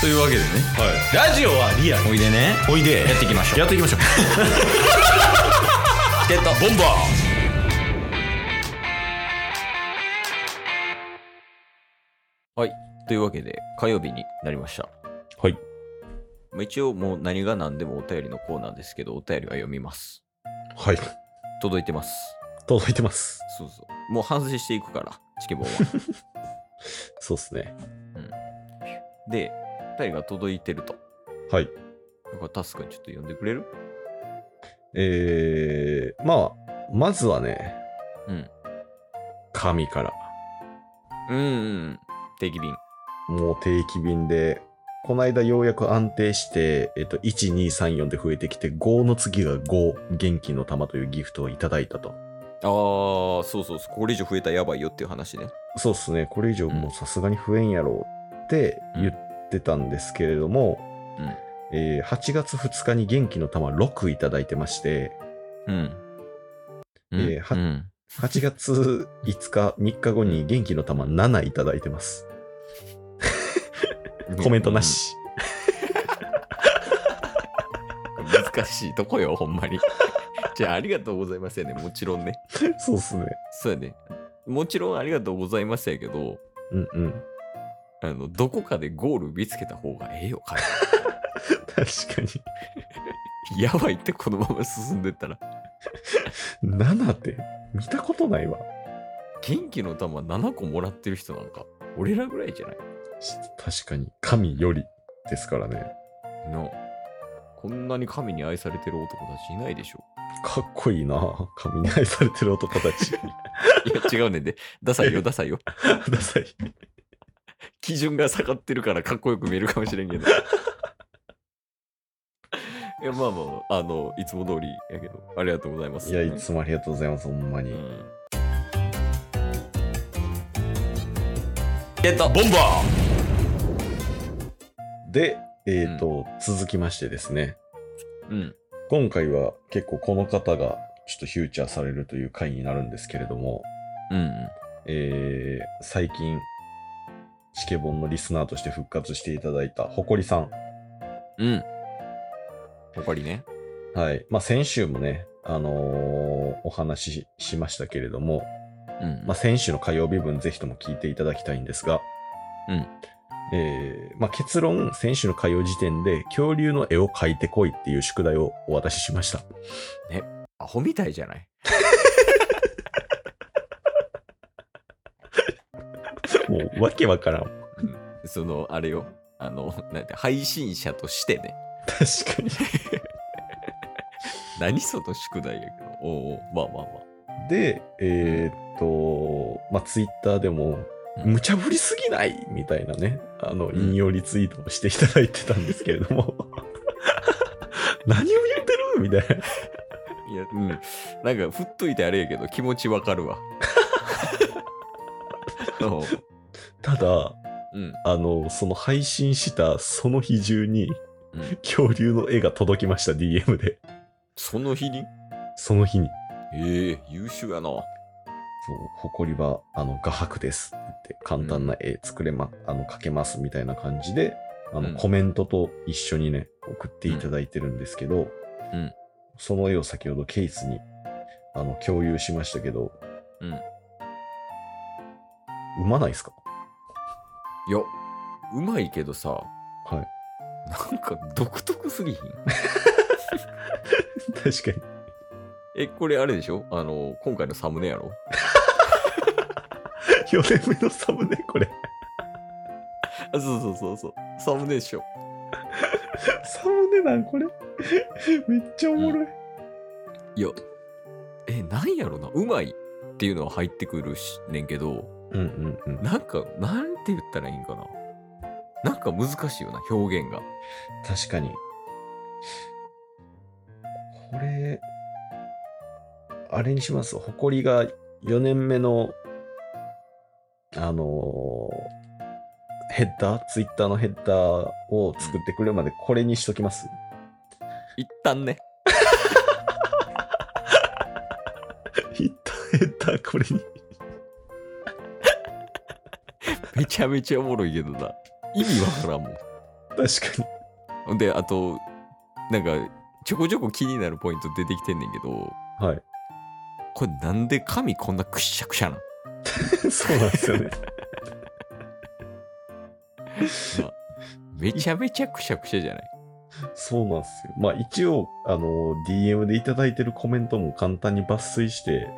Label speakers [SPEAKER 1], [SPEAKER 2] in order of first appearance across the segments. [SPEAKER 1] というわけでね
[SPEAKER 2] ラジオはリアル
[SPEAKER 1] おいでね
[SPEAKER 2] おいで
[SPEAKER 1] やっていきましょう
[SPEAKER 2] やっていきましょう
[SPEAKER 1] チケットボンバーはいというわけで火曜日になりました
[SPEAKER 2] はい
[SPEAKER 1] まあ一応もう何が何でもお便りのコーナーですけどお便りは読みます
[SPEAKER 2] はい
[SPEAKER 1] 届いてます
[SPEAKER 2] 届いてます
[SPEAKER 1] そうそうもう反省していくからチケボンは
[SPEAKER 2] そうっすね
[SPEAKER 1] でお便りが届いてると
[SPEAKER 2] はい
[SPEAKER 1] だからタスくんちょっと読んでくれる
[SPEAKER 2] えー、まあまずはね
[SPEAKER 1] うん
[SPEAKER 2] 神から
[SPEAKER 1] うんうん定期便
[SPEAKER 2] もう定期便でこの間ようやく安定して、えっと、1234で増えてきて5の次が5元気の玉というギフトをいただいたと
[SPEAKER 1] ああそうそうそうこれ以上増えたらやばいよっていう話ね
[SPEAKER 2] そうっすねこれ以上もうさすがに増えんやろうって言ってたんですけれども、
[SPEAKER 1] うん
[SPEAKER 2] えー8月2日に元気の玉6いただいてまして
[SPEAKER 1] うん
[SPEAKER 2] えーは
[SPEAKER 1] うん
[SPEAKER 2] 8月5日、3日後に元気の玉7いただいてます。コメントなし。
[SPEAKER 1] 難しいとこよ、ほんまに。 じゃあ、ありがとうございますやね。もちろんね。
[SPEAKER 2] そうっすね。
[SPEAKER 1] そうやね。もちろんありがとうございましたやけど、
[SPEAKER 2] うんうん。
[SPEAKER 1] あの、どこかでゴール見つけた方がええよ、彼
[SPEAKER 2] 確かに。
[SPEAKER 1] やばいって、このまま進んでったら。
[SPEAKER 2] 7って見たことないわ。
[SPEAKER 1] 元気の玉7個もらってる人なんか、俺らぐらいじゃない
[SPEAKER 2] し確かに。神よりですからね。
[SPEAKER 1] の。こんなに神に愛されてる男たちいないでしょ。
[SPEAKER 2] かっこいいな。神に愛されてる男た ち。
[SPEAKER 1] いや、違うねんで。ダサいよ、ダサいよ。
[SPEAKER 2] ダサい。
[SPEAKER 1] 基準が下がってるからかっこよく見えるかもしれんけ ど。いや、まあまあ、あの、いつも通りやけど、ありがとうございます。
[SPEAKER 2] いや、いつもありがとうございます。ほんま
[SPEAKER 1] う
[SPEAKER 2] に。
[SPEAKER 1] ん。ゲットボンバー
[SPEAKER 2] で、えっ、と、続きましてですね。
[SPEAKER 1] うん。
[SPEAKER 2] 今回は結構この方がちょっとフューチャーされるという回になるんですけれども。
[SPEAKER 1] うん。
[SPEAKER 2] えー最近、チケボンのリスナーとして復活していただいたほこりさん。
[SPEAKER 1] うん。ほかりね。
[SPEAKER 2] はい。まあ、先週もね、あのーお話ししましたけれども、
[SPEAKER 1] うん。
[SPEAKER 2] まあ、先週の火曜日分ぜひとも聞いていただきたいんですが、
[SPEAKER 1] うん
[SPEAKER 2] えーまあ、結論、先週の火曜時点で恐竜の絵を描いてこいっていう宿題をお渡ししました。
[SPEAKER 1] アホみたいじゃない
[SPEAKER 2] もう、わけわからん。
[SPEAKER 1] その、あれよ。あの、なんて、配信者としてね。
[SPEAKER 2] 確かに。
[SPEAKER 1] 何その宿題やけど。おうおうまあまあまあ。
[SPEAKER 2] で、えーっと、まあ、ツイッターでも、
[SPEAKER 1] うん
[SPEAKER 2] 無茶ぶりすぎないみたいなね、あの、
[SPEAKER 1] ん
[SPEAKER 2] 引用リツイートをしていただいてたんですけれ ども、何を言ってるみたい
[SPEAKER 1] いや、うん。なんか、振っといてあれやけど、気持ちわかる わ。うん
[SPEAKER 2] な。ただ、
[SPEAKER 1] うん。
[SPEAKER 2] あの、その配信したその日中に、
[SPEAKER 1] うん
[SPEAKER 2] 恐竜の絵が届きました、DM で。
[SPEAKER 1] その日に
[SPEAKER 2] その日に。
[SPEAKER 1] ええ優秀やな。
[SPEAKER 2] そう、誇りは、あの、画伯ですって言って、簡単な絵作れま、あの、描けますみたいな感じで、あの、
[SPEAKER 1] うん
[SPEAKER 2] コメントと一緒にね、送っていただいてるんですけど、
[SPEAKER 1] うん
[SPEAKER 2] その絵を先ほどケースに、あの、共有しましたけど、
[SPEAKER 1] うん。いや、
[SPEAKER 2] うまないですか
[SPEAKER 1] うまいけどさ、
[SPEAKER 2] はい。
[SPEAKER 1] なんか独特すぎひん。
[SPEAKER 2] 確かに。
[SPEAKER 1] え、これあれでしょあの、今回のサムネやろ
[SPEAKER 2] 4年目のサムネ、これ。
[SPEAKER 1] あ、そうそうそうそう。サムネでしょ。
[SPEAKER 2] サムネなん、これ。 めっちゃおもろい。
[SPEAKER 1] いや、え、なんやろな。うまいっていうのは入ってくるしねんけど、
[SPEAKER 2] うんうんうん。
[SPEAKER 1] なんか、なんて言ったらいいんかな。なんか難しいよな、表現が。
[SPEAKER 2] 確かに。これ、あれにします。誇りが4年目の、あのーヘッダー、ツイッターのヘッダーを作ってくれるまでこれにしときます。
[SPEAKER 1] 一旦ね。
[SPEAKER 2] ヘッダー、ヘッダー、これに。
[SPEAKER 1] めちゃめちゃおもろいけどな。意味わからんもん。
[SPEAKER 2] 確かに。
[SPEAKER 1] ほんで、あと、なんか、ちょこちょこ気になるポイント出てきてんねんけど、
[SPEAKER 2] はい。
[SPEAKER 1] これなんで髪こんなくしゃくしゃなん
[SPEAKER 2] そうなんですよね。
[SPEAKER 1] めちゃめちゃくしゃくしゃじゃない
[SPEAKER 2] そうなんですよ。まあ一応、あの、DM でいただいてるコメントも簡単に抜粋して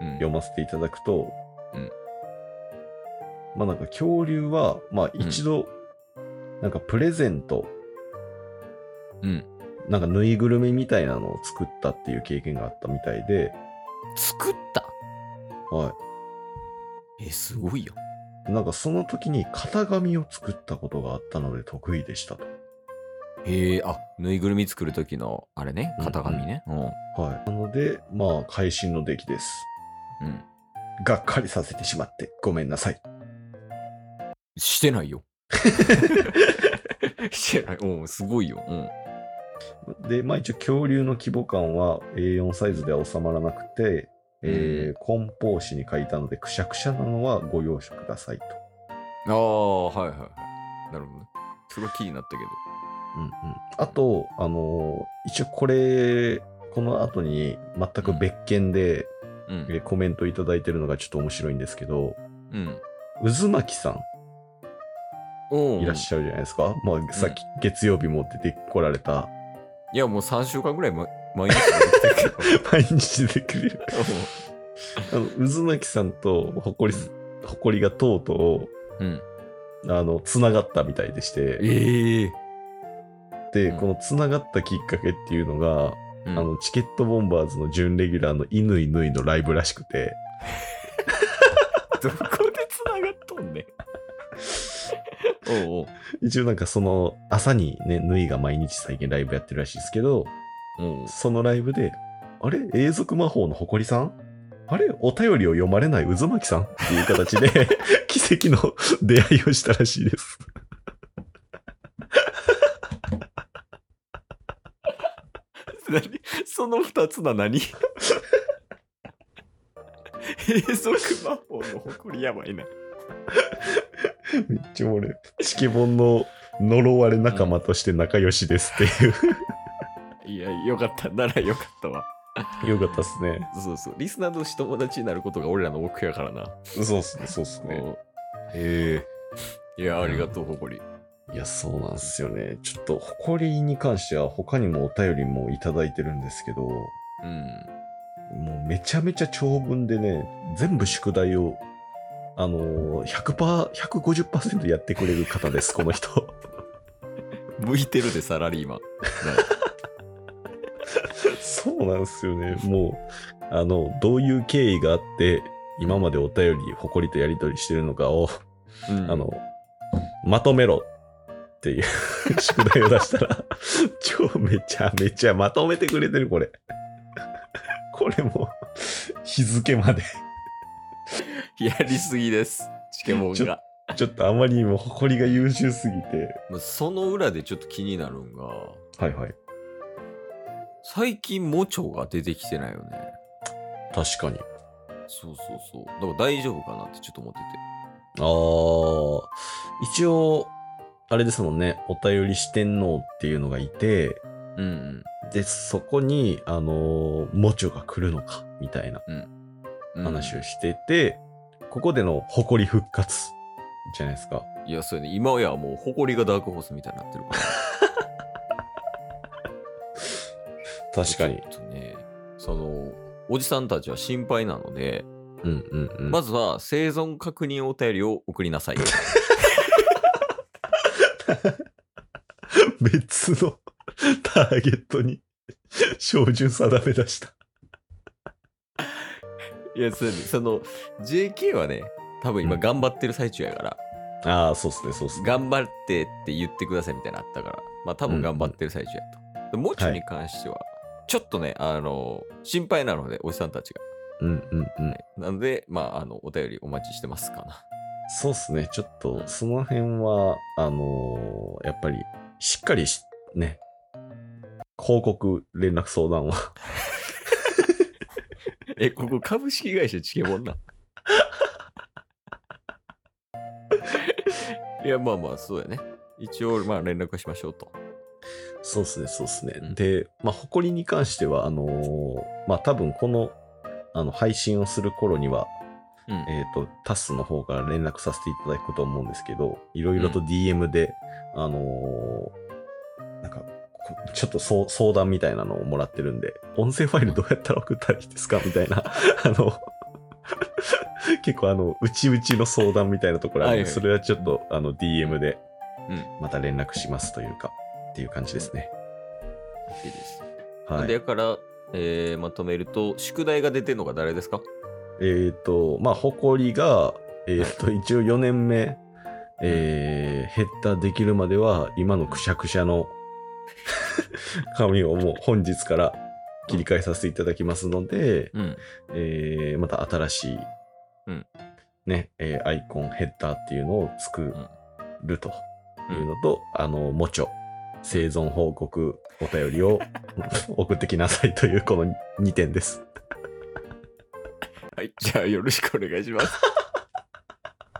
[SPEAKER 1] うん。
[SPEAKER 2] 読ませていただくと、
[SPEAKER 1] うん
[SPEAKER 2] まあなんか恐竜は、まあ一度、なんかプレゼント、
[SPEAKER 1] うん。
[SPEAKER 2] なんかぬいぐるみみたいなのを作ったっていう経験があったみたいで、
[SPEAKER 1] 作った
[SPEAKER 2] は
[SPEAKER 1] え、すごいやん。
[SPEAKER 2] い。なんかその時に型紙を作ったことがあったので得意でしたと。
[SPEAKER 1] へえ、あ、ぬいぐるみ作る時の、あれね、型紙ね。うん。
[SPEAKER 2] はい。なので、まあ、会心の出来です。
[SPEAKER 1] うん。
[SPEAKER 2] がっかりさせてしまって、ごめんなさい。
[SPEAKER 1] してない よ。してない。うん、すごいよ。うん。
[SPEAKER 2] で、まあ一応恐竜の規模感は A4 サイズでは収まらなくて、えー梱包紙に書いたので、くしゃくしゃなのはご容赦くださいと。
[SPEAKER 1] ああ、はいはいはい。なるほどね。それは気になったけど。
[SPEAKER 2] うんうん。あと、あのー一応これ、この後に全く別件で、
[SPEAKER 1] う
[SPEAKER 2] え
[SPEAKER 1] ん。
[SPEAKER 2] ーコメントいただいてるのがちょっと面白いんですけど、
[SPEAKER 1] うん。
[SPEAKER 2] 渦巻さ
[SPEAKER 1] お
[SPEAKER 2] ん
[SPEAKER 1] う
[SPEAKER 2] いらっしゃるじゃないですか。まあさっき月曜日も出てこられた、
[SPEAKER 1] いや、も う3週間ぐらい、ま、毎日やってるけ
[SPEAKER 2] 毎日出てくれる。
[SPEAKER 1] ど。
[SPEAKER 2] あの渦巻さんと誇りす、誇りがとうと
[SPEAKER 1] うん。
[SPEAKER 2] う、あの、つながったみたいでして、
[SPEAKER 1] ええ
[SPEAKER 2] で、
[SPEAKER 1] うん
[SPEAKER 2] このつながったきっかけっていうのが、
[SPEAKER 1] うん
[SPEAKER 2] あの、チケットボンバーズの準レギュラーの犬ぬいぬいのライブらしくて、
[SPEAKER 1] どこでつながっとんねん。おう
[SPEAKER 2] 一応なんかその、朝にね、ぬいが毎日最近ライブやってるらしいですけど、
[SPEAKER 1] おう。おう
[SPEAKER 2] そのライブで、あれ永続魔法の誇りさんあれお便りを読まれない渦巻さんっていう形で、 奇跡の出会いをしたらしいです。
[SPEAKER 1] 何その2つな何閉塞魔法の誇りやばいな。
[SPEAKER 2] めっちゃ俺、チケボンの呪われ仲間として仲良しですっていう。
[SPEAKER 1] いや、よかった。ならよかったわ。
[SPEAKER 2] よかったっすね。
[SPEAKER 1] そうそう。リスナー同士友達になることが俺らの目標やからな。
[SPEAKER 2] そうっすね、そうっすね。
[SPEAKER 1] おうええいや、ありがとう、誇り。
[SPEAKER 2] いや、そうなんですよね。ちょっと、誇りに関しては他にもお便りもいただいてるんですけど、も
[SPEAKER 1] うん。
[SPEAKER 2] うめちゃめちゃ長文でね、全部宿題を、あのー、100%、150%やってくれる方です、この人。
[SPEAKER 1] 向いてるで、サラリーマン。
[SPEAKER 2] そうなんですよね。もう、あの、どういう経緯があって、今までお便り、誇りとやりとりしてるのかを、
[SPEAKER 1] うん
[SPEAKER 2] あの、まとめろっていう 宿題を出したら、 超めちゃめちゃまとめてくれてる、これ。 これも、日付まで。
[SPEAKER 1] やりすぎです。チケモン
[SPEAKER 2] ちょ
[SPEAKER 1] が。
[SPEAKER 2] ちょっとあまりにも誇りが優秀すぎて。
[SPEAKER 1] まあその裏でちょっと気になるんが、
[SPEAKER 2] はいはい。
[SPEAKER 1] 最近、モチョが出てきてないよね。
[SPEAKER 2] 確かに。
[SPEAKER 1] そうそうそう。だから大丈夫かなってちょっと思って
[SPEAKER 2] あー、一応、あれですもんね、お便り四天王っていうのがいて、
[SPEAKER 1] て。うん
[SPEAKER 2] で、そこに、あのー、モチョが来るのか、みたいな
[SPEAKER 1] うん。
[SPEAKER 2] 話をしてて、ここでの誇り復活じゃないですか。
[SPEAKER 1] いや、そうやね。今やもう、誇りがダークホースみたいになってるから。
[SPEAKER 2] 確かに
[SPEAKER 1] ち。ょっとね、その、おじさんたちは心配なので、
[SPEAKER 2] うんうんうん。
[SPEAKER 1] まずは生存確認お便りを送りな さい。
[SPEAKER 2] 別の ターゲットに 照準定め出した。
[SPEAKER 1] いや、そうやね。その、JK はね、多分今
[SPEAKER 2] うん
[SPEAKER 1] 頑張ってる最中やから、
[SPEAKER 2] ああ、そうっすね、そうっすね。
[SPEAKER 1] 頑張ってって言ってくださいみたいなのあったから、まあ多分頑張ってる最中やと。でもうちょいに関しては、ちょっとね、あの、心配なので、おじさんたちが。
[SPEAKER 2] うんうんうん。
[SPEAKER 1] なので、まあ、あの、お便りお待ちしてますかな。
[SPEAKER 2] そうっすね、ちょっと、その辺は、あのーやっぱり、しっかりし、ね、広告、連絡相談は、
[SPEAKER 1] え、ここ株式会社チケボ ンな。いや、まあまあ、そうやね。一応、まあ、連絡はしましょうと。
[SPEAKER 2] そうですね、そうですね。
[SPEAKER 1] うん
[SPEAKER 2] で、まあ、誇りに関しては、あのーまあ、多分この、あの、配信をする頃には、
[SPEAKER 1] うん。
[SPEAKER 2] えっ、と、タスの方から連絡させていただくと思うんですけど、いろいろと DM で、あのーなんか、こちょっとそう相談みたいなのをもらってるんで、音声ファイルどうやったら送ったらいいですかみ たいな、あの、結構あの、うちうちの相談みたいなところある
[SPEAKER 1] はい
[SPEAKER 2] んで
[SPEAKER 1] はい
[SPEAKER 2] それはちょっと、あの、DM で
[SPEAKER 1] うん。
[SPEAKER 2] また連絡しますというか、っていう感じですね。
[SPEAKER 1] いいです。
[SPEAKER 2] はい。
[SPEAKER 1] だから、えーまとめると、宿題が出てるのが誰ですか
[SPEAKER 2] えっ、と、まあ、誇りが、えっ、と、一応4年目、えー、ヘッダーできるまでは、今のくしゃくしゃ の髪をもう本日から切り替えさせていただきますので、
[SPEAKER 1] うん。
[SPEAKER 2] えー、また新しい、
[SPEAKER 1] うん
[SPEAKER 2] ね、えーアイコンヘッダーっていうのを作るというのと、あの、もちょ、生存報告、お便り を送ってきなさいというこの2点です。
[SPEAKER 1] はい、じゃあよろしくお願いします。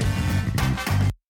[SPEAKER 3] す